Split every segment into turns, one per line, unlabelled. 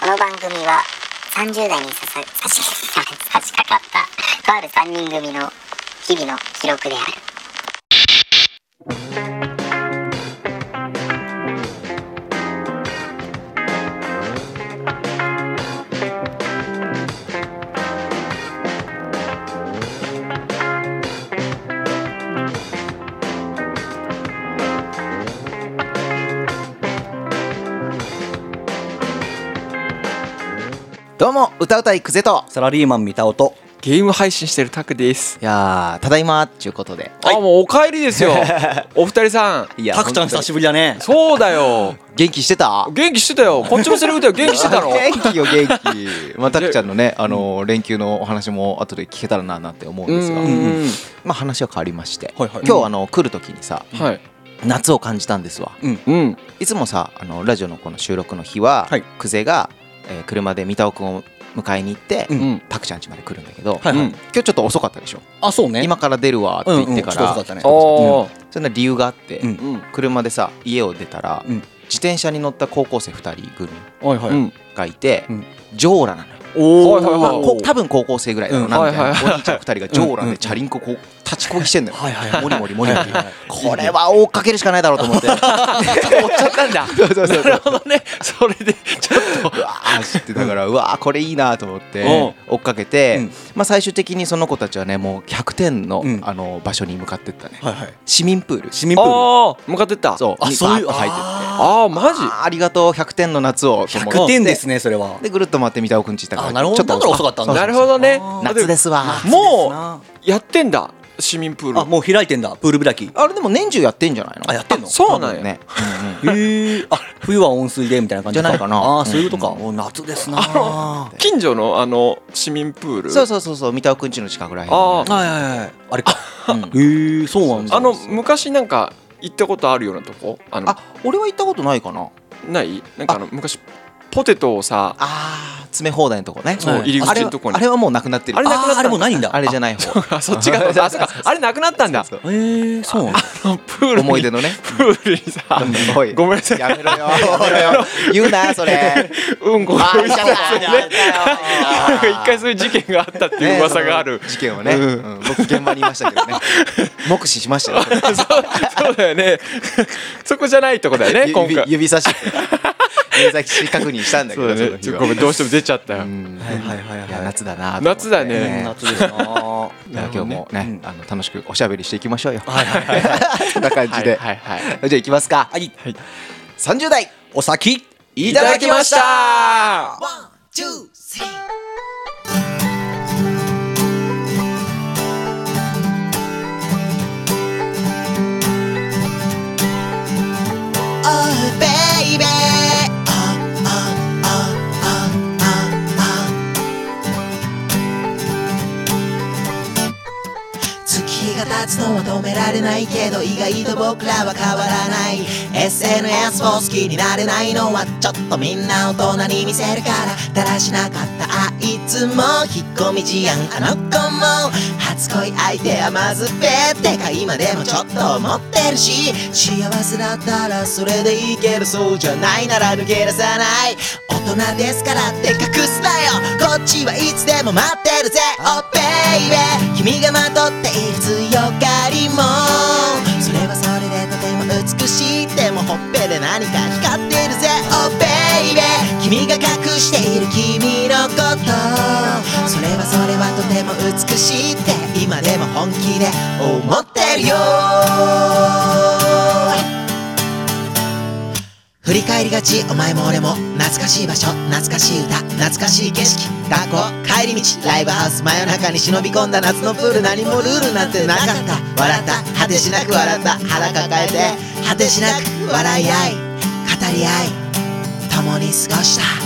この番組は30代にささ差し差し掛かったとある3人組の日々の記録である
どうも歌うたいクゼと
サラリーマン三田尾と
ゲーム配信してるタクです。
いやーただいまーっちゅうことで
あ、もうお帰りです よ。お二人さん。
いや
タクちゃん
本当
久
に
しぶりだね
そうだよ。
元気してた
元気してたよ。こっちのセリフでは元気してた の。
元気よ元 気まあたくちゃんのねあのー連休のお話も後で聞けたらななんて思うん
う
ですが
ん。
まあ話は変わりまして
はいはい
今日あの来る時にさ
はい。
夏を感じたんですわ
うん。
いつもさあのラジオのこの収録の日は
はい
クゼがえー車で三田尾くんを迎えに行って
うん
うん。
たくちゃん家まで来るんだけど
は
今
いはい、
うん
日ちょっと遅かったでしょ
あそうね
今から出るわって言ってか
うんうんちょっと遅からったね
あー
そんな理由があって
うん
うん。
車でさ家を出たら
うん
自転車に乗った高校生2人組
はいは
う
い、
ん。
がいて
うん
ジョーラなのよ
お
はいはい
まあ
おー
こう多分高校生ぐらいだろうな
うん
みたいな、
はいはい
お兄ちゃん2人がジョーラ
うんう
で
ん
チャリンコこう立ちこぎしてんのよ
はいはいはい
モリモリモリモリ
はい
これは追っかけるしかないだろうと思って
追っちゃったんだ。
そうそうそう
なるほどね。それで、ちょっと。
うわー走ってたからうわーこれいいなと思って
う
追っかけて、
うん
まあ、最終的にその子たちはねもう100点の,、
うん
あの場所に向かってったね、
はいはい
市民プール
市民プール
ああ、向かってった。
そう
あ
に
そういう
バーッと入ってって
あ
ああ、マジ
あーありがとう100点の夏をと思って
100点ですねそれは
でぐるっと回ってみたおくんち行ったから
あなるほどだから遅かったんだ
なるほどね。
あー
夏ですわ
でも
あ
う、やってんだ。市民プール。
もう開いてんだプール開き
あれでも年中やってんじゃないの
あやってんの
そうなんや。
ね、うんうん
へえあ冬は温水でみたいな感
じ
じ
ゃないかな
ああそういうことか、お夏ですなあ
近所の、あの、市民プール。
そうそうそうそう三田尾くんちの近くらへん
あ
はいはいはいあれか
うん
へえそうなんだ
あの、昔なんか、行ったことあるようなとこあの、
あ俺は行ったことないかな
ないなんかあの昔ポテトをさ
あー詰め放題のとこね
そう
うん
入
り口のとこに
あれはあれはもうなくなってる
あれなくなった
ああれもうないんだ
あれじゃない 方
あそっちがあそっかあれなくなったんだ
そうそう
へえそうなんだ
プールに
思い出のね
プールにさ
おい
ごめんなさい
やめろよやめろよ言うなそれ
うんこが
あ
浮
ー
い
じ
た
ゃ
と
あ
か
じゃあじゃあ
なんか一回そういう事件があったっていう噂があ
ね
る
その事件はね
うん
うん僕現場にいましたけど ね目視しましたよ
そうそうだよねそこじゃないとこだよね今
指
回
指差し指差し確認したんだけ
そ
ど
うだ
そ
ね
の
ち
日
ょ
は
ごめんどうしても出ちゃったよ
うん
はいはいはいはい
いや夏だなと思って
夏だ ね
ね
夏ですなあ
いや今日もね、
うん
あの楽しくおしゃべりしていきましょうよ。
はいはいはい
そんな感
は
じ
い
で。
はいはい
じゃあ行きますか。
はい
三十代
お先
いただきました。
月が経つのは止められないけど意外と僕らは変わらない SNS を好きになれないのはちょっとみんな大人に見せるからだらしなかったあいつも引っ込み思案あの子も初恋相手はまずべってか今でもちょっと思ってるし幸せだったらそれでいいけどそうじゃないなら抜け出さない大人ですからって隠すなよこっちはいつでも待ってるぜ Oh baby 君がまとっている強がりもそれはそれでとても美しいでもほっぺで何か光っているぜ Oh baby 君が隠している君のことそれはそれはとても美しいって今でも本気で思ってるよ振り返りがちお前も俺も懐かしい場所懐かしい歌懐かしい景色学校帰り道ライブハウス真夜中に忍び込んだ夏のプール何もルールなんてなかった笑った果てしなく笑った腹抱えて果てしなく笑い合い語り合い共に過ごした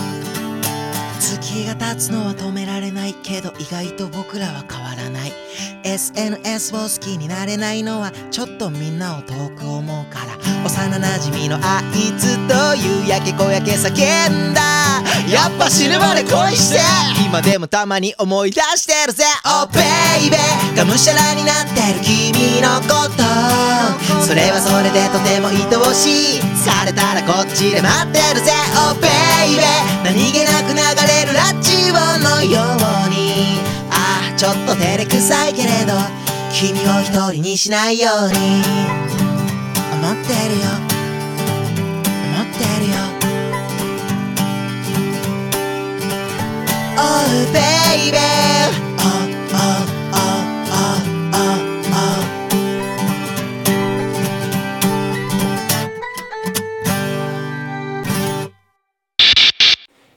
月が経つのは止められないけど意外と僕らは変わらない SNS を好きになれないのはちょっとみんなを遠く思うから幼なじみのあいつと夕焼け小焼け叫んだやっぱ死ぬまで恋して今でもたまに思い出してるぜ Oh baby がむしゃらになってる君のことそれはそれでとても愛おしいされたらこっちで待ってるぜ Oh baby 何気なくと照れくさいけれど君を一人にしないように思ってるよ思ってるよ Oh baby Oh oh oh oh oh oh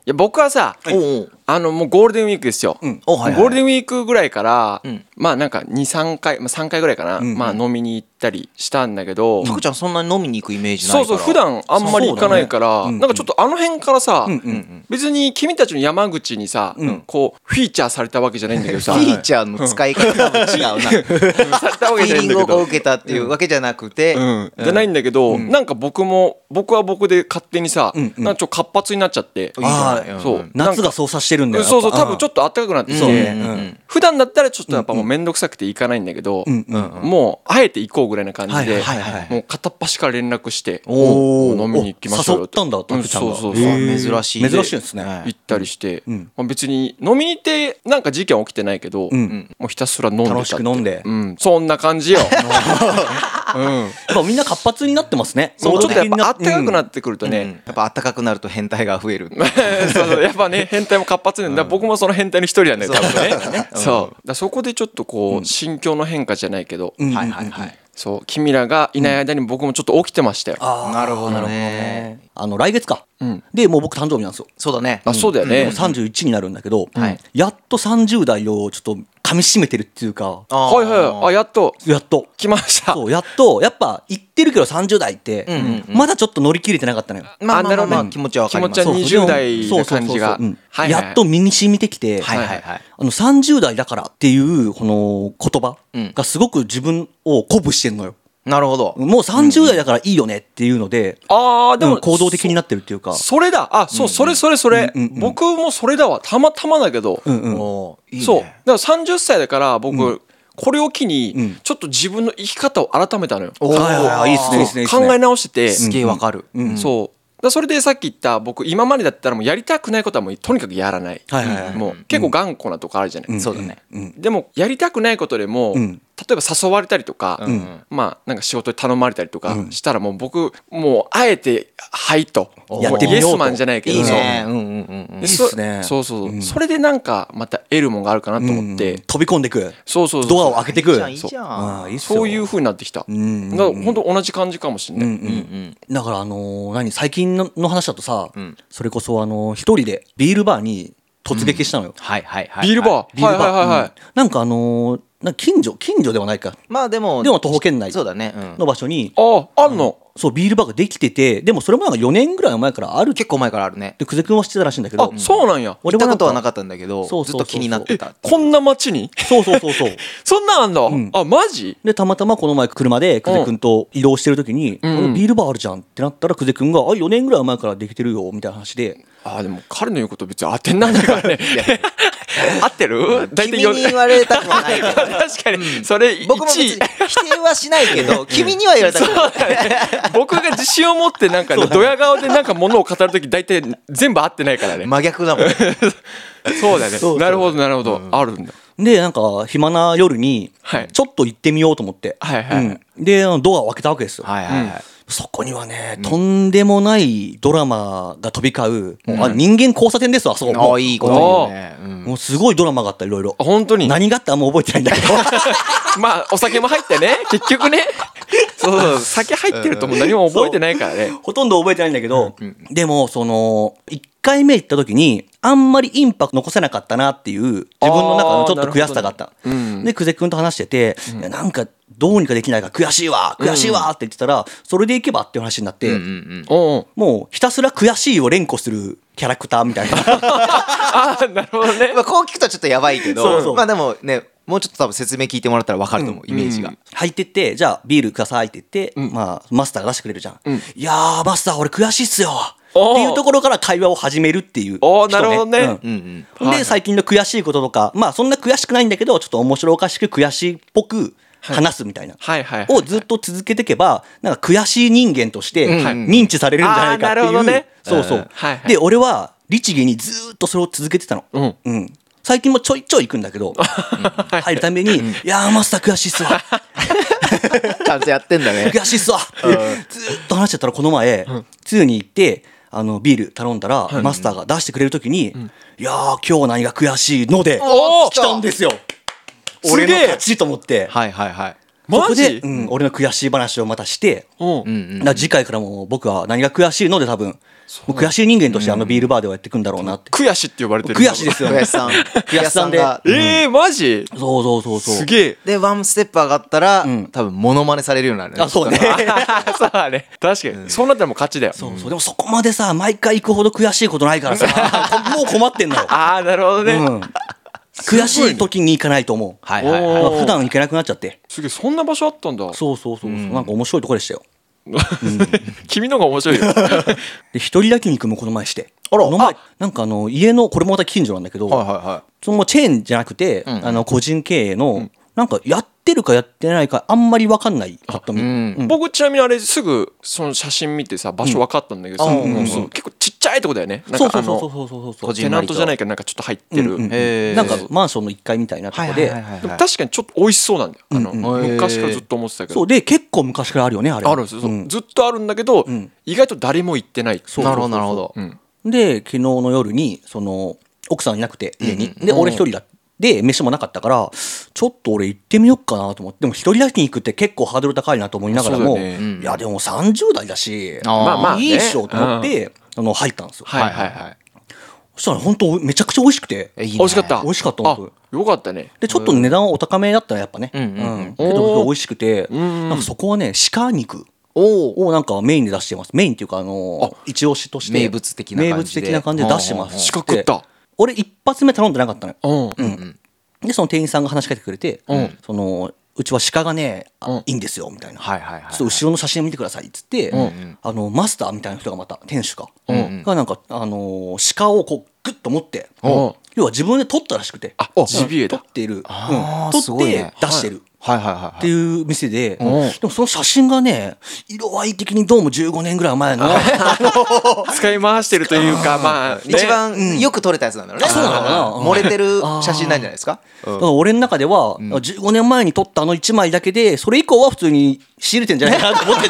や僕はさ、
おうおう
あのもうゴールデンウィークですよ、
うんおはいはい
ゴールデンウィークぐらいから、
うん
まあなんか23回、まあ、3回ぐらいかな、
うんうん
まあ、飲みに行ったりしたんだけど、
たくちゃんそんなに飲みに行くイメージな
そ
いうか
そう
ら
普段あんまり行かないから、
そうだね
なんかちょっとあの辺からさ、
うんうん
別に君たちの山口にさ、
うん
こうフィーチャーされたわけじゃないんだけど
フ
さ
ィーチャーの使い方も違 うなフ
されたわけ
ィ
じ
ー
ゃな
リ
いん
ン
だ
グ
け
をこう
ど、
受けたっていうわけじゃなくて、
うん、じゃないんだけど、
ん
なんか僕も僕は僕で勝手にさ、
うんうん
なんかちょっと活発になっちゃって、
いいじゃない
あー
ん
そう
夏が操作してるんだよ
そうそう多分ちょ
っ
っと暖かくなってきて、
そうね
うんうん
うん
普段だったらちょっとやっぱもう面倒くさくて行かないんだけど、
うんうん
もうあえて行こうぐらいな感じで、
はいはいはいはい
もう片っ端から連絡して
おー
もう飲みに行きましょうよ
誘ったんだ拓ちゃんが
うそうそうそう
あ
へー
珍しい
珍しいですね
はい
行ったりして、
うん
まあ、別に飲みに行ってなんか事件は起きてないけど、
うん
もうひたすら飲んでた
楽しく飲んで
うん、そんな感 じよ
やっぱみんな活発になってますね
もうちょっとやっぱあったかくな
て
ってくるとね、
やっぱ暖かくなると変態が増える
そうそうやっぱね変態も活発なんだ、僕もその変態の一人なんだよ多分ねそうだからそこでちょっとこう、心境の変化じゃないけど、
はいはいはい
そう君らがいない間に僕もちょっと起きてましたよ、
なるほどね
あの来月か
うん
でもう僕誕生日なんですよ
そうだね
あそうだよね、
もう31になるんだけど
はい
やっと30代をちょっと噛み締めてるっていうか
あー
はいはいあやっと
やっと
来ました
そうやっとやっぱ言ってるけど30代って
んうんうん
まだちょっと乗り切れてなかったのよ
まあまあまあま
なるほど
あ
ね
気持ちはわかります
気持ちは
そうそ
20
う
代
そう
な
そう
感
そう
じ
そう
が
うん
はいはい
やっと身に染みてきて
はいはいはい
あの30代だからっていうこの言葉
うん
がすごく自分を鼓舞してんのよ
なるほど
もう30代だからいいよねっていうので
ああで
で
も、
も行動的になってるっていうか
それだあそう、それそれそれ、
うんうんうん
僕もそれだわたまたまだけど、
うんうん
おーいいね
そうだから30歳だから僕、これを機に、
うん
ちょっと自分の生き方を改めたのよ、
おー
はいはいはいいいっすねいいっすねいいっすね
考え直してて、
すげえわかる
うん
そうだからそれでさっき言った僕今までだったらもうやりたくないことはもうとにかくやらない、
はいはいはい
もう結構頑固なとこあるじゃない、
ん
そうだね
うん
でもやりたくないことでも、
うん
例えば誘われたりとか、
うんうん
まあなんか仕事で頼まれたりとか
うん
したらもう僕もうあえて「はい」と
やってみ
イエ
ようと
スマンじゃないけど
いい
そう
ねうんうんうんうん
で
いいっすね
そそうそうそう、
うん
それでなんかまた得るもんがあるかなと思って、
飛び込んでく
そうそうそう
ドアを開けて
い
く
いじゃんいいじゃん
ああいいっすよ
そういうふうになってきた、
うんうんうん
だから本当同じ感じかもしれ
う
ない、
んうん
うん
だからあのー何最近のの話だとさ、
ん
それこそあのー一人でビールバーに突撃したのよ、
はいはいはい
ビールバー、
ビールバー、
はいはいはい、
うんなんかあのーなんか近所近所ではないか
まあでも
でも徒歩圏内
そうだねうん
の場所に
あああんの、
そうビールバーができててでもそれもなんか4年ぐらい前からある
結構前からあるね
で久世君は知ってたらしいんだけど
あそうなんや、
行ったことはな
か
かったんだけど
そう
ず
そ
っと
うそう
気になってたっていう
こんな街に
そうそうそうそう
そんなんあんだ、
ん
あマジ
でたまたまこの前車で久世君と移動してる時に、
ん
あれビールバーあるじゃんってなったら久世君があ4年ぐらい前からできてるよみたいな話で
あでも彼の言うこと別に当てになんないからね合ってる大体
君
よ
に言われたくはないけど
確かにそれ1位
僕も別に否定はしないけど君には言われたくない
僕が自信を持ってなんかねドヤ顔でなんか物を語る時大体全部合ってないからね
真逆だもん
そうだね
そう
なるほどなるほど、あるんだ
でなんか暇な夜に
はい
ちょっと行ってみようと思って、
はいはいはい
うんであのドアを開けたわけですよ、
はいはいはい
そこにはね、とんでもないドラマが飛び交う、もうあ人間交差点ですわあそこ
あ
も
あ
う
いいこと言うねうん
もうすごいドラマがあったいろいろ
あ本当に
何があったあんま覚えてないんだけど
まあお酒も入ってね結局ねそうそう酒入ってるともう何も覚えてないからね
ほとんど覚えてないんだけど、でもその1回目行った時にあんまりインパクト残せなかったなっていう自分の中のちょっと悔しさがあった
うん
で久世君と話してて、いやなんかどうにかできないか悔しいわ悔しいわって言ってたら、それでいけばっていう話になって、
うんうん
おうん
もうひたすら悔しいを連呼するキャラクターみたいな
ああなるほどね
まあこう聞くとちょっとやばいけ
そうそ
ど
う
まあでもねもうちょっと多分説明聞いてもらったらわかると思うイメージが
入ってってじゃあビールくださいって言って、まあ、マスターが出してくれるじゃん、いやーマスター俺悔しいっすよ
おー
っていうところから会話を始めるっていう
おーなるほどね
うん
うんうん
で最近の悔しいこととかまあそんな悔しくないんだけどちょっと面白おかしく悔しいっぽく話すみたいな、
はいはいはい
をずっと続けていけばなんか悔しい人間として
うんはい
認知されるんじゃないかってい
あーなるほど
う
ね
そうそう
はいはい
で俺は律儀にずーっとそれを続けてたの
うん
うん最近もちょいちょい行くんだけ ど、入るために、いやー、マスター悔しいっすわ。
ちゃんとやってんだね。
悔しいっすわってずーっと話してたらこの前、ツーに行ってあのビール頼んだら、マスターが出してくれる時に「いやー今日何が悔しいので」
おー
来たんですよ
すげえ
俺の勝ちと思って、
はいはいはい。
そこ
マ
で、
ジ
うん、俺の悔しい話をまたして、
うん
うん
だから次回からもう僕は何が悔しいので多分もう悔しい人間としてあのビールバーではやっていくんだろうなって、
悔しいって呼ばれてる
悔しいですよ
うん。
ね
悔し さん。
悔しさんで
が
えー、マジ
そうそうそうそう
すげえ
で、ワンステップ上がったら、
ん
多分モノマネされるようになるね。
あ そうね
そうだね確かに、そうなったらもう勝ちだよ
そうそうでもそこまでさ毎回行くほど悔しいことないからさ もう困ってんのよ
ああなるほどね、
うん、悔しい時に行かないと思う、
はいはいはい。
おー
普段行けなくなっちゃって
すげえそんな場所あったんだ
そうそうそうそう、なんか面白いとこでしたよ
君のが面白いよ
で一人焼肉もこの前して
あら
この前なんかあの家のこれもまた近所なんだけど、
はいはいはい。
そのもうチェーンじゃなくて、
ん
あの個人経営の、なんかやってるかやってないかあんまり分かんないぱっと見、
うん
うん
僕ちなみにあれすぐその写真見てさ場所分かったんだけどさ、
うん
もうそう結構ちっちゃいとこだよねなん
そう
か
そ
あ
うそう
の
そうそうそう
個人
テナントじゃないけどなんかちょっと入ってる、
うんうん
へー
なんかマンションの1階みたいなとこで、
でも確かにちょっと美味しそうなんだよ、あの
うん
昔からずっと思ってたけ
そ
ど
うで結構昔からあるよねあれ
あるんですよ、そう
うん
ずっとあるんだけど、
ん
意外と誰も行ってない
そう
なるほどなるほど。
うん
で昨日の夜にその奥さんいなくて家に、で俺一人だで飯もなかったからちょっと俺行ってみよっかなと思ってでも一人だけに行くって結構ハードル高いなと思いながら
そう
も、
だよね
うん
いやでも30代だし
あーまあまあ
ね
いいっしょと思ってあの入ったんですよ、
はい
はいはいはい。
そしたら本当めちゃくちゃ美味しくて
えいいね
美味しかった
美味しかった
あ
本
よかったね
でちょっと値段はお高めだったらやっぱね、
うんうんうん
けど美味しくて
ん
なんかそこはね鹿肉
おお。
をなんかメインで出してますメインっていうかあの一押しとして
名物的な感じで
名物的な感じで出してま
ほうほうほう
す
四角だった
俺一発目頼んでなかったのよ
うん、
でその店員さんが話しかけてくれて、
うん
そのうちは鹿がね、あ
うん
いいんですよみたいな、
はいはいはい。
ちょっと後ろの写真を見てくださいっつって、
ん
あのマスターみたいな人がまた店主か、
ん
がなんか、あのー鹿をこうグッと持って、
うん
要は自分で取ったらしくて
あ
うん
ジビエだ
取っている、うん、
あーす
取
ご
っ
い
て
ね
出してる、
はいはいはいはい。
っていう店で、
ん
でもその写真がね色合い的にどうも15年ぐらい前の
使い回してるというかまあ、ね、
一番よく撮れたやつなんだろうね。
そうなのかなうん
漏れてる写真なんじゃないですか。
だから俺の中では、15年前に撮ったあの1枚だけでそれ以降は普通に仕入れてんじゃないかなと思っ て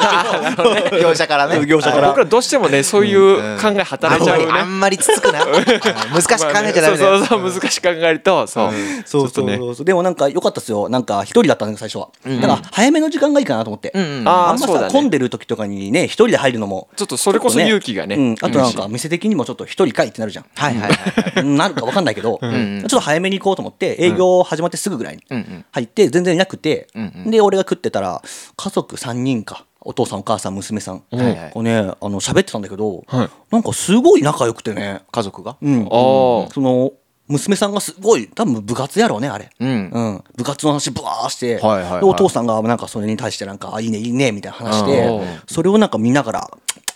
たけど
業者からね。業者
僕らどうしてもねそういう考え
あ
働
ん
いち
ま
ゃう
り、
ね、
あんまりつつくな。うん難しく考えちゃダメだ
まあ
よ
ね。そうそうそう難しく考えるとそう、
そうそ
ちょ
う
っとね
そうそうでもなんか良かったですよなんか一人だったんだけど最初は、だから早めの時間がいいかなと思って、
うん
あー
あんま
そう
さ、
だね
混んでる時とかにね一人で入るのも
ちょっとそれこそ勇気がね
うんあとなんか店的にもちょっと一人かいってなるじゃん
はいはいはい。
うんなるか分かんないけど、ちょっと早めに行こうと思って営業始まってすぐぐらいに
ん
入って全然いなくて、
ん
で俺が食ってたら家族3人かお父さんお母さん娘さん、
はいはい
こうねあの喋ってたんだけど、
はい
なんかすごい仲良くてね、
家族が。
うん、
あ
その娘さんがすごい多分部活やろうねあれ、
うん
うん部活の話ぶわーして、
はいはいはい
でお父さんがなんかそれに対してなんかあいいねいいねみたいな話して、
うん
それをなんか見ながら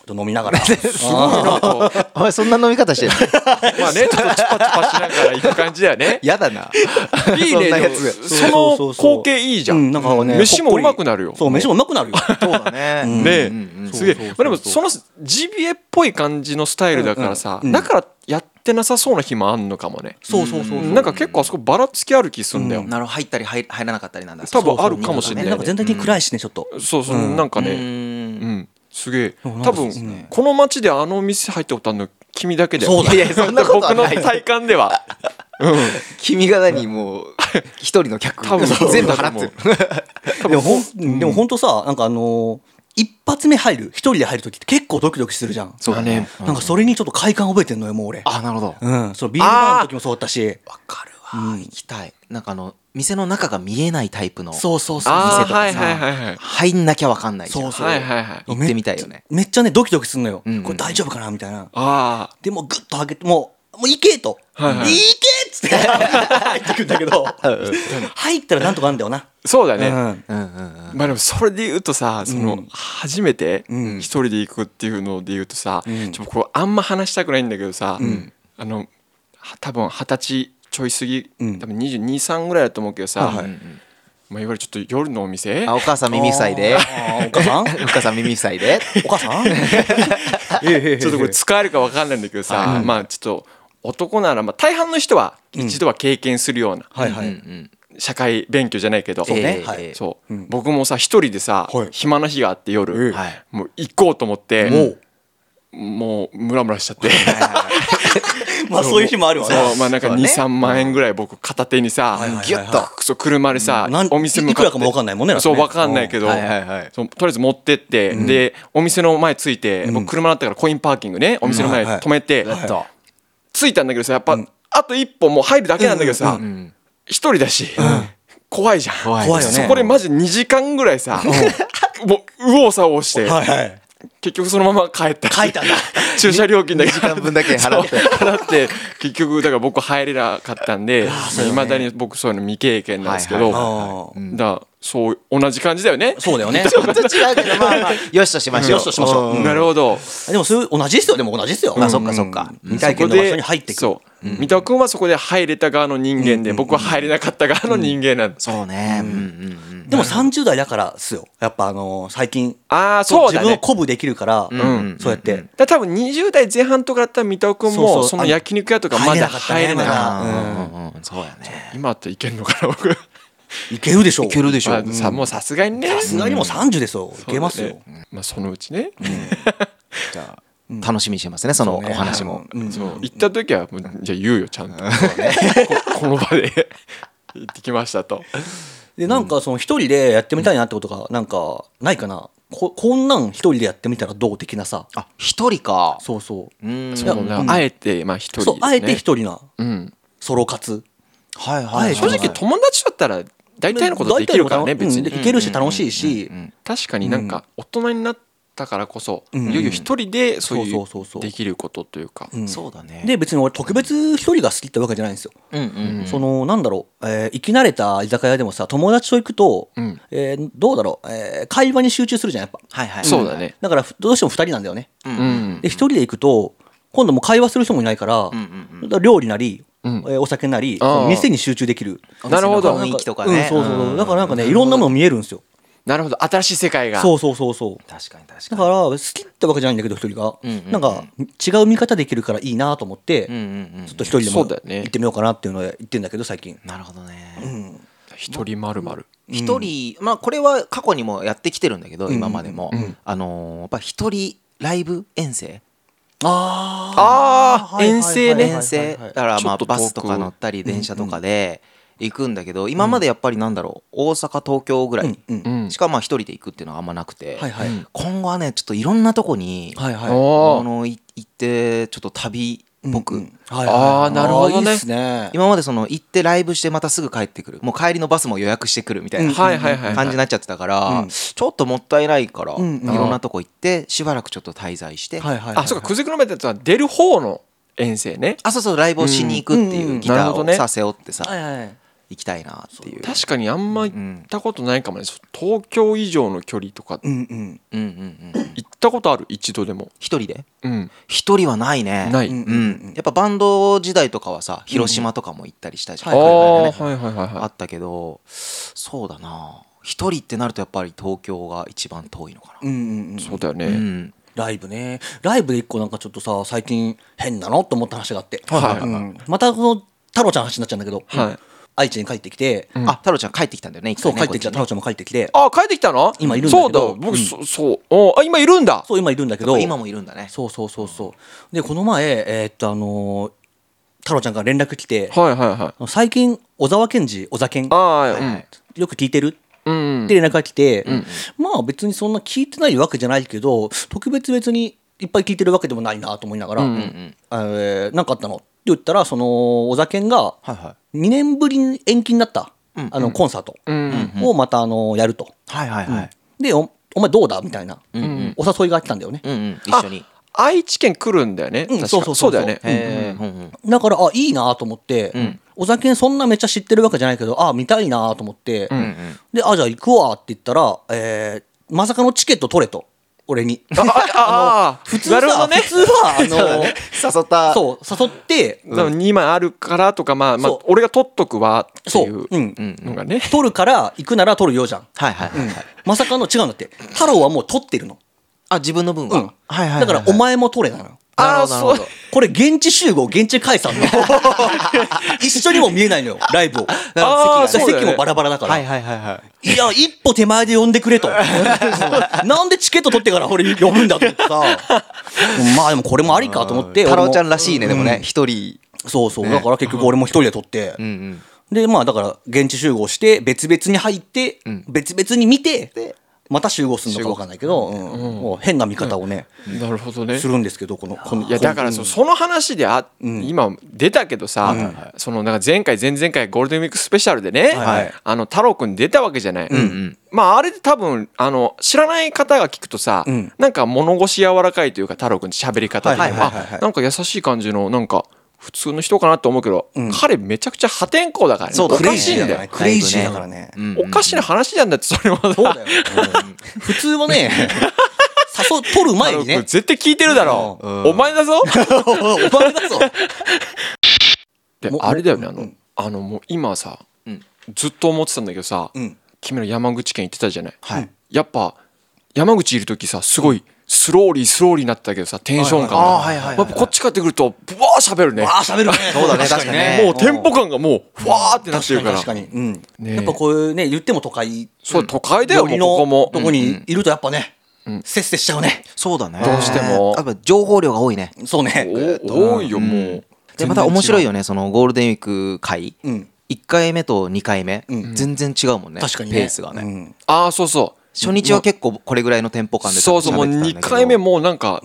と飲みながら
お前そんな飲み方してるの
あまあねちょっとチュパチュパしながら行く感じだよね
やだな。
いい
そん
ね
な
で
や
も
つ
その光景いいじゃん,、
うんなんかね
飯も
ほっこり
うまくなるよ
そう飯もうまくなるよ
そうだね。うん
ね
うんうん
すげえまあでもそのジビエっぽい感じのスタイルだからさ、だからやってなさそうな日もあんのかもね、
そうそうそうそう
なんか結構あそこばらつきある気すんだよ、
なるほど入ったり入入らなかったりなんだ
多分あるかもしれ
ね
い
なんか全体的に暗いしねちょっと、
そうそう、なんか
う
ね
ん
うんすげえ
なんか
多
そうですね
分この街であの店入ったことあるの君だけだよ
そうだ
い やいやそんなことは
僕の
ない
体感で は
君が何もう一人の客
多分
全部払ってる
でもほん、でも本当さなんかあのー一発目入る一人で入る時って結構ドキドキするじゃん
そうだね
なんかそれにちょっと快感覚えてんのよもう俺
あなるほどわ
うんそのビールバーの時もそうだったし
かるわ行きたいなんかあの店の中が見えないタイプの
そうそうそう
あ
店
ー
とか
はい
さ
はいはいはい
入んなきゃわかんないじゃん
そうそう
はいはいはい
行ってみたいよね
めっちゃねドキドキするのよ、
んうん
これ大丈夫かなみたいな
あ
でもグッと上げてもうもう行けと、
はいはい
行けっつって入ってくんだけど入ったらなんとかなんだよな、
あそうだね、
うん
うんうんうん
まあでもそれで言うとさその初めて
うん
一人で行くっていうので言うとさ、
ん
ちょっとこうあんま話したくないんだけどさ、あのは多分二十歳ちょい過ぎ、
ん
多分2 2 3ぐらいだと思うけどさ、
はいはい
まあ、いわゆるちょっと夜のお店
あお母さん耳塞いで
あーお母さん
お母さん耳塞いで
お母さんち
ちょっとこれ使えるか分かんないんだけどさ、まあちょっと男ならまあ大半の人は一度は経験するような
はいは
うんう
い。
ん
社会勉強じゃないけど
そうね
えーはい
えー
そう、
うん
僕もさ一人でさ、
はい
暇な日があって夜、
ええ
はい
もう行こうと思って
もう、
もうムラムラしちゃって
まあそういう日もあるわ ね。
そうまあなんか
そうだね
23万円ぐらい僕片手にさ
はいはいはい
ギュッとそう車でさ
なん
お店向
いくらかもわかんないもんねだって
そ
ね
うわかんないけど、
はいはいはい
そうとりあえず持ってって、でお店の前着いて、
うん
僕車だったからコインパーキングねお店の前
うんはいはい
止めて、
やっと
着いたんだけどさやっぱ、
ん
あと一歩もう入るだけなんだけどさ、
うん
一人だし、怖いじゃん
怖い
怖いよね
そこでマジ2時間ぐらいさ、もう右往左往して、
はいはい。
結局そのまま帰った
書いたんだ。
駐車料金だけ
時間分だけ払って
払って結局だから僕入れなかったんで
う
い
ね
まだに僕そういうの未経験なんですけ
はい
ど
はい
だ
はい
からそう同じ感じだよね
そうだよね。
ちょっと違うけどまあまあよしとしましょう
よしとしましょう
うん
なるほど
でもそういう同じですよ。でも同じですよ。
あそっかそっか
未体験の場所に入ってくる。
そう三田君はそこで入れた側の人間で僕は入れなかった側の人間なんです
そうねうんうん
でも30代だからっすよ。やっぱあのー最近。
ああそう
自
だ
分を
ね
鼓舞できるから、
ん
そうやって。
だから多分20代前半とかだったら三田君
そうそう
もその焼肉屋とかまだ入れな
入れな
かっ
か
た
った
う
ね
んうんうんそうやね
今っていけるのかな僕
いけるでしょう。
いけるでしょ
まあさもうさすがにね
さすがにもう30ですよ。いけますよ。
まあそのうちね
じゃあ楽しみにしてますねそのお
そうね
話も
うん
そう行った時はもうじゃあ言うよちゃんと、こ この場で行ってきましたと
でなんかその一人でやってみたいなってことがなんかないかなここんなん一人でやってみたらどう的なさ
あ一人か
そうそう
うん
そううんだあえてまあ一人
そうあえて
ね
一人な
うん、
ソロ活
はいはいはい
正
正
直
直友達だったら大体のことできるからね
大体の
別に、
ことうんいけるし楽しいし
確かになんか大人になったからこそ、
うん
いよいよ一人でそうい
そううそうそうそう
できることというか、
うん
そうだね
で別に俺特別一人が好きってわけじゃないんですよ
うんうん
そのなんだろうえー生き慣れた居酒屋でもさ友達と行くと
ん
えーどうだろうえー会話に集中するじゃんやっぱ
はいはい
そうだね
だからふどうしても二人なんだよね
うん、
で一人で行くと今度もう会話する人もいないから
うんうん
だから料理なりえ
ん
ーお酒なり
あー
その店に集中できる
なるほど
お店の雰囲気とかね
うん、そうそうそうだからなんかね
う
いろんなもの見えるんですよ
なるほど新しい世界が
そうそうそうそう
確かに確かに
だから好きってわけじゃないんだけど一人が、
んうんうん
なんか違う見方できるからいいなと思って、
うんうんうん
ちょっと一人で
そ
も
うだよね
行ってみようかなっていうのを言ってんだけど最近
なるほどね
一人まるまる
一人、まあこれは過去にもやってきてるんだけど、今までも、あのーやっぱ一人ライブ遠征、
あ
あー遠征ね
遠征だ
あ
からまあ
ちょっと遠く
バスとか乗ったり電車とかで行くんだけど、今までやっぱりなんだろう大阪東京ぐらい
うん
うん
しかまあ一人で行くっていうのはあんまなくて、
はいはい
今後はねちょっといろんなとこに、
はいはい
お
あ
ー
のい行ってちょっと旅っぽく、
はいはい
あーなるほどね
あーいいっすね
今までその行ってライブしてまたすぐ帰ってくるもう帰りのバスも予約してくるみたいな
はいはいはいはい
感じになっちゃってたから、ちょっともったいないから、
んう
い
ん
ろんなとこ行ってしばらくちょっと滞在して、
はいはいはい
あそうかくずくのめってやつは出る方の遠征ね
あそうそうライブをしに行くって
うんうんう
い
ん
うギタ
なるほど
ーを
ね
さ背負ってさ、
はいはいはい
行きたいなっていう
確かにあんま行ったことないかもね、東京以上の距離とか
うんうん
うんうんうん
行ったことある一度でも、
一人で
うん、
一人はないね
ない、
うんやっぱバンド時代とかはさ広島とかも行ったりしたじゃん、
ああ
海
はい
外でね
はいはいはい
あったけどそうだな一人ってなるとやっぱり東京が一番遠いのか
うんうんうん
そうだよね、
なうん
ライブねライブで一個なんかちょっとさ最近変なのと思った話があって、
はいはいはい
うんまたこの太郎ちゃんの話になっちゃうんだけど、
はい
愛知に帰ってきて、
あ太郎ちゃん帰ってきたんだよね一
そ
回
う
ね
帰ってきた太
こ
郎ちゃんも帰ってきて
あ帰ってきたの
今いるんだけど
そうだ僕、そそうおあ今いるんだ
そう今いるんだけ
っ
ど
ち今もいるんだね
そうそうそうそうでこの前えーっとあのー太郎ちゃんから連絡来て
はいはいはい
最近小沢健二小沢健
ああ、はい
よく聞いてる
うん
って連絡が来て、まあ別にそんな聞いてないわけじゃないけど特別別にいっぱい聞いてるわけでもないなと思いながら「えーなんかあったの?」って言ったらその小沢健が
はいはい
2年ぶりに延期になった、あのコンサートをまたあのやると。
はいはいはい
でおお前どうだみたいな、お誘いがあったんだよね、
うんうん一緒に
愛知県来るんだよね、
うん
確か
そうそうそう
だよね、
へーうんうん
だからあいいなと思って、お酒そんなめっちゃ知ってるわけじゃないけどあ見たいなと思って、であじゃあ行くわって言ったら、えーまさかのチケット取れと俺に
ああああ
普通
なるほ
さ、
どね
普通はあの
誘った
そう誘って
多分2枚あるからとかまあ、まあ
そう、
俺が取っとくわって
そ、
いうう
うん
のがね、
取るから行くなら取るよじゃん
はいはいはいはい
まさかの違うんだって太郎はもう取ってるの、
あ自分の分
う
は
んだからお前も取れなの
な
あ
るほ
あ
どなるほ
そ
ど
う
これ現地集合現地解散の一緒にも見えないのよライブを
だから
あー
席
そ
が
うだよね
席もバラバラだから、
はい
い
はいはいはい
や一歩手前で呼んでくれとなんでチケット取ってから俺呼ぶんだと思ってさまあでもこれもありかと思って
太
俺
郎
も
ちゃんらしいねでもね一人
そうそう、だから結局俺も一人で撮って、
うんうん
でまあだから現地集合して別々に入って、別々に見てまた集合するのか分かんないけど、うんもう変な見方をね、
なるほどね
するんですけどこのこの
いやだからそその話であ、今出たけどさ、そのなんか前回前々回ゴールデンウィークスペシャルでね、
はい
あの太郎くん出たわけじゃない、
ん
まああれで多分あの知らない方が聞くとさ、
ん
なんか物腰柔らかいというか太郎くんって喋り方で、
はいはいはいはい
あなんか優しい感じのなんか普通の人かなと思うけど、彼めちゃくちゃ破天荒だからね、
そう
お
クレ
か
イ
し
ジ
いんだ
ーだ
よ
よねクレイジーだからね、
うん
おかしな話なんだってそれはさ
そうだよ、普太郎くん普通はね誘う取る前
太郎く
に
ん
ね
絶対聞いてるだろう、お前だぞ
お前だぞ
で
も
あれだよねあ
う
の
ん
あのもう今さ、
ん
ずっと思ってたんだけどさ、
うん
君ら山口県行ってたじゃない、
はい
やっぱ山口いる時さすごいスローリースローリーになってたけどさテンション感が、
はいはいあーはいはいはい
やっぱこっち帰ってくるとブワーしゃべるね
ああ喋るねそう
だね確かにね
もうテンポ感がもうフワーってなってるから
確かに確かに、うん
ねえ
やっぱこういうね言っても都会
そう都会だよ
よ
もう
り
ここ
の
も
とこにいるとやっぱね、せっせしちゃうね
そうだね
どうしても
やっぱ情報量が多いね
そうね
お多いよもう、
でまた面白いよねそのゴールデンウィーク会
うん
1回目と2回目全然違うもんね
確かにね
ペースが
う
ね
ん
ああそうそう
初日は結構これぐらいのテンポ感で
そうそうもう
喋ってた
2
んだけど
回目もうなんか、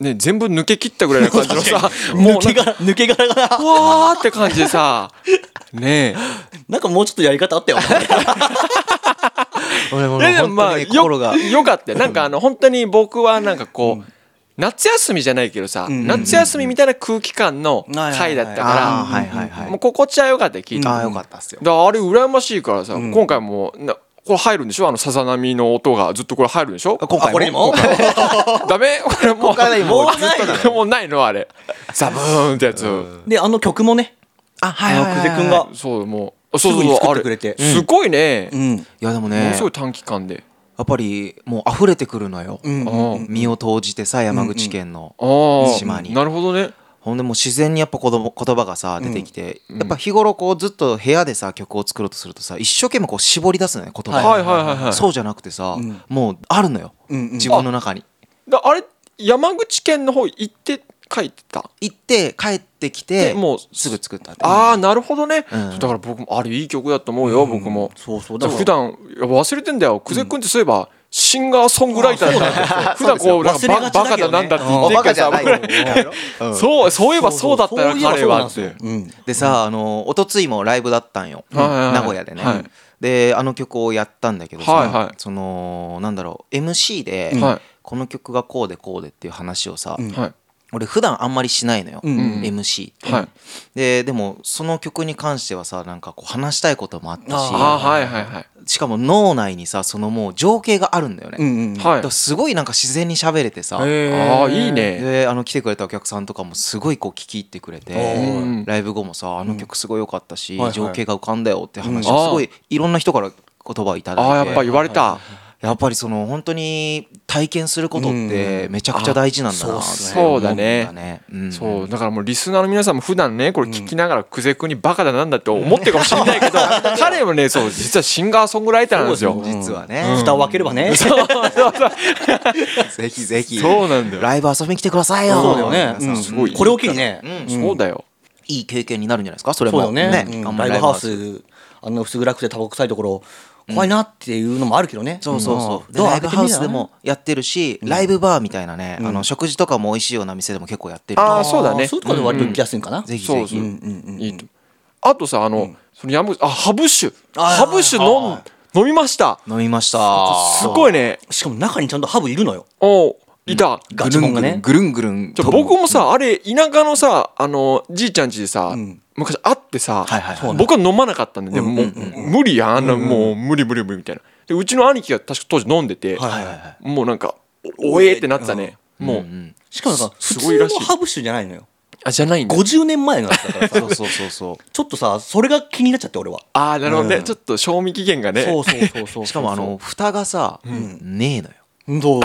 ね、全部抜け切ったぐらいな感じのさもう
抜け殻抜け殻が
うわーって感じでさね
なんかもうちょっとやり方あったよね
俺も
え
ね
いやでも
本
ま
当
あ
にね
よ
心が
よかったよなんかあの本当に僕はなんかこう夏休みじゃないけどさ
ん
夏休みみたいな空気感の回だった
あー
か
はいはいは
ら
い
もう心地はよかったよ聞いて
ああ
だ
よか
か
ったっすよ
らあれ羨ましいからさ今回もなこれ入るんでしょあのさざ波の音がずっとこれ入るんでしょ
今
あこ
回
れに
も
も
ダメこれもう
回はもうずっと
もうもうないのあれザブーンってやつ
であの曲もね
あはい
あの久世君が
そうもうそう
すぐに
そう
作
あ
って
れ
くれてうん
すごいね
うん
いやでも
も
ね
のすごい短期間で
やっぱりもう溢れてくるのよ、
あー
身を投じてさ山口県の、
あー
島に
なるほどね
ほんでもう自然にやっぱ子供言葉がさ出てきて、やっぱ日頃こうずっと部屋でさ曲を作ろうとするとさ一生懸命こう絞り出すのよ言葉を、
はいはいはいはい
そうじゃなくてさ、もうあるのよ、
んうん
自分の中に
だあれ山口県の方行って書いてた
行って帰ってきて
でもう
すぐ作ったって
ああなるほどね、
うん
だから僕もあれいい曲だと思うよ、僕も
そうそう
だ
だ
か
からら
普段いや忘れてんだよ久世君ってそういえばシンガーソングライターだ 普段こうなんか
忘れが
バ
ちだ
バカ
けど
だ
ね
なんだって言ってるけどさ
うんバカじゃないよ
僕らそうそういえばそうだったな彼はっ
そういえ
て
ばそうなんですよ
でさ、あの一昨日もライブだったんよ、
はいはいはい
名古屋でね、
はい
であの曲をやったんだけどさ、
はいはい
そのなんだろう MC で、
はい
この曲がこうでこうでっていう話をさ、
はい
俺普段あんまりしないのよ、
んうん
MC って、
はい
ででもその曲に関してはさなんかこう話したいこともあったし
あーはいはいはい
しかも脳内にさそのもう情景があるんだよね、
うんうんうん
だ
は
から
い
すごいなんか自然に喋れてさ、
ああいいね
であの来てくれたお客さんとかもすごいこう聞き入ってくれて
ー
ライブ後もさあの曲すごい良かったし、
はいはい
情景が浮かんだよって話
うんあ
を
ー
すごいいろんな人から言葉をいただい
あ
て
あやっぱ言われた
やっぱりその本当に体験することってめちゃくちゃ大事なんだなって
そうだね
思うんだねうん
そうだからもうリスナーの皆さんも普段ねこれ聞きながら久世君にバカだなんだって思ってるかもしれないけど 彼もねそう実はシンガーソングライターなんですよ
そうですよ
実はね、
蓋を開ければね
ぜひぜひ
そうなんだよ
ライブ遊びに来てくださいよ
そうだよね
皆さん
うん
すごい
これを機にね
うん
そうだよ
いい経験になるんじゃないですかそれ
そ
も
うだよねうん
あんま
ラ
り
イブハウ
ライ
スあんな薄暗くてタバコ臭いところ怖いなっていうのもあるけどね
そうそうそう、
ん
で
ドア
ライブ
開けて
ハウ
みりゃ
スでもやってるし、ライブバーみたいなね、あの食事とかも美味しいような店でも結構やってる
あーそうだね
そういうとこで割と行きやすいんかな
ぜひ
そ
ぜ
うそう
ひ
いいとあとさあのその山口あハブ酒ハブ酒飲ん飲みました
飲みました
すごいね
しかも中にちゃんとハブいるのよ
おいた
ガチモンがね
ぐるんぐるん
ち
ぐ
ょ
るん
僕もさあれ田舎のさあのじいちゃん家でさ昔会ってさ
はいはいはい
僕は飲まなかったんででももう無理やんあんなもう無理無理無理みたいなでうちの兄貴が確か当時飲んでて
はいはいはい
もうなんかおおえーってなってたねもう
しかもなんか
す
普
すごい
通
ら
の
しい
ハブ酒じゃないのよ
あじゃないんだ
50年前のやつだからさ
そうそうそう そう
ちょっとさそれが気になっちゃって俺は
ああなるほどねちょっと賞味期限がね
そうそうそうそう
しかもあの蓋がさ、ねえのよ
どう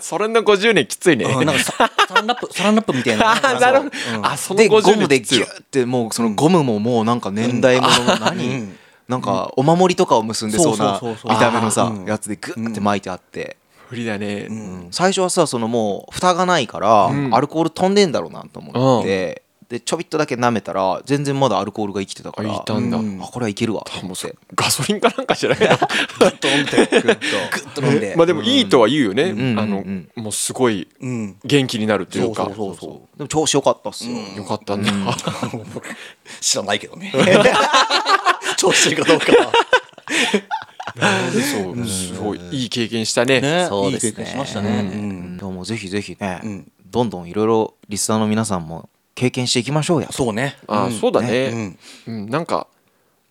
それの50年きついね。
うんなんかササランラップサランラップみたいな
あなるほど。あその
でゴ
50
ム
年
で
きつい
ギュ
わ。
ッてもうそのゴムももうなんか年代物の何、なんかお守りとかを結んでそうな
そうそうそうそう
見た目のさ
うん
やつでグッて巻いてあって、
不利だね。うん
最初はさそのもう蓋がないから、
ん
アルコール飛んでんだろうなと思って、でちょびっとだけ舐めたら全然まだアルコールが生きてたから
あいたんだ
あこれはいけるわと思
もう
っ
そ
て
ガソリンかなんかじゃないの
と飲んでグッと飲んで
まあでもいいとは言うよね。
ん
あの
うん
もうすごい
うん
元気になるとい
そううそ
か
う。そうそ
でも調子良かったっすよ、
よかったんだ。
う知らないけど ね調子いいかどうかは
そうすごいいい経験したね。
ね
そうですね
いい経験しましたね、うん
でももうぜひぜひね、
うん
どんどんいろいろリスナーの皆さんも経験していきましょうや
そうね
あ
ん
そうだね。うんなんか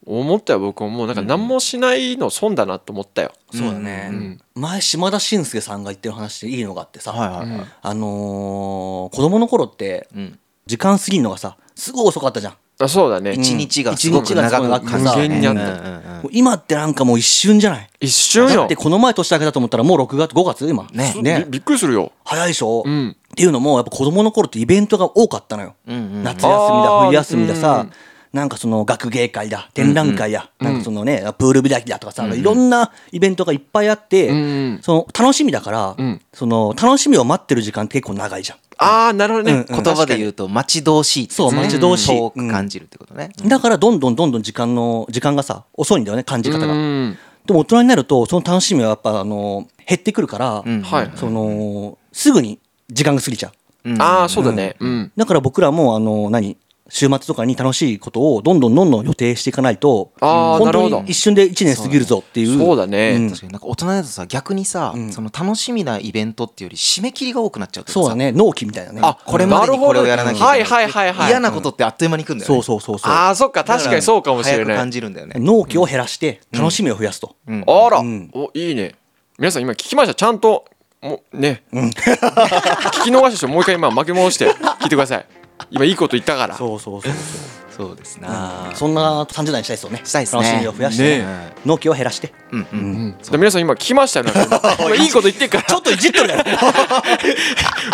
思ったよ僕はもうなんか何もしないの損だなと思ったよ。
そうだね、前島田紳介さんが言ってる話でいいのがあってさ、
はいはいはい、
あのー子供の頃って
うん
時間過ぎるのがさすごい遅かったじゃん、
あそうだね。
一日がすごく
一日がす
長
ごい
く感じたね
無限にあった
うんうんうん
もう今ってなんかもう一瞬じゃない
一瞬
だ
よ
って。この前年明けだと思ったらもう6月5月今
ね
そう
ね
びびっくりするよ。
早いでしょ、
うん
っていうのもやっぱ子供の頃ってイベントが多かったのよ、
うんうん
夏休みだ
あー
冬休みだ
うんう
さ
ん
なんかその学芸会だ展覧会だ、なんかそのねプール開きだとかさ、いろんなイベントがいっぱいあって、
うん
その楽しみだから、
ん
その楽しみを待ってる時間って結構長いじゃん。
ああなるほどね。
言葉で言
う。
うと待ち遠しいってやつね
そう待ち遠しい
うん遠く感じるってことね、
だからどんどんどんどん時間の時間がさ遅いんだよね感じ方
う
が。
ん
でも大人になるとその楽しみはやっぱあの減ってくるから、
うん
はい。
そのすぐに時間が過ぎちゃう。
うん
ああそうだね。うん。
だから僕らもあの何週末とかに楽しいことをどんどんどんどん予定していかないと
あー
本
なるほ
当
ど
に一瞬で1年過ぎるぞっていう
そうだね。
うん
確かになんか大人だとさ逆にさ、その楽しみなイベントっていうより締め切りが多くなっちゃうというかさ
そうだね納期みたいなね
あ
これまでにこれをやらなきゃいけない,、
なるほどねはいはいはいはい
嫌なことってあっという間に来るんだよね、
そうそうそうそう
ああそっか確かにそうかもしれ
早く
な
感
い。
じるんだよね、
納期を減らして楽しみを増やすと、
うん
あら
ん
おいいね。皆さん今聞きましたちゃんともうね 聞き逃した人もう一回今巻き戻して聞いてください。今いいこと言ったから。
そうそうそうそ
そうですな
うそんな30代にしたいですよね
したいですね
楽しみを増やして、ね
ね
納期を減らして
うんうん
うんで皆さん今聞きま したよね。今いいこと言ってるから
ちょっといじっとるから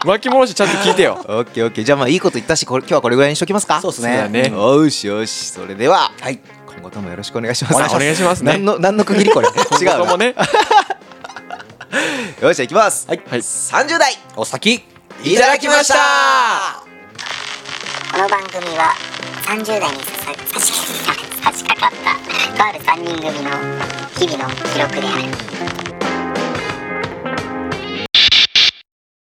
巻き戻してちゃんと聞いてよ。
オッケーオッケーじゃあまあいいこと言ったしこれ今日はこれぐらいにしときますか
そうっす
そうだ
ね
ね。
よしよしそれでは
はい
今後ともよろしくお願いします
お願いしますお願いしますね
何の何の区切りこれ 違う
今後とも
な
ね。
よっしゃいきます、
はい
はい
30代
お先
いただきました
この番組は30代にささ差し掛かったとある3人組の日々の記録である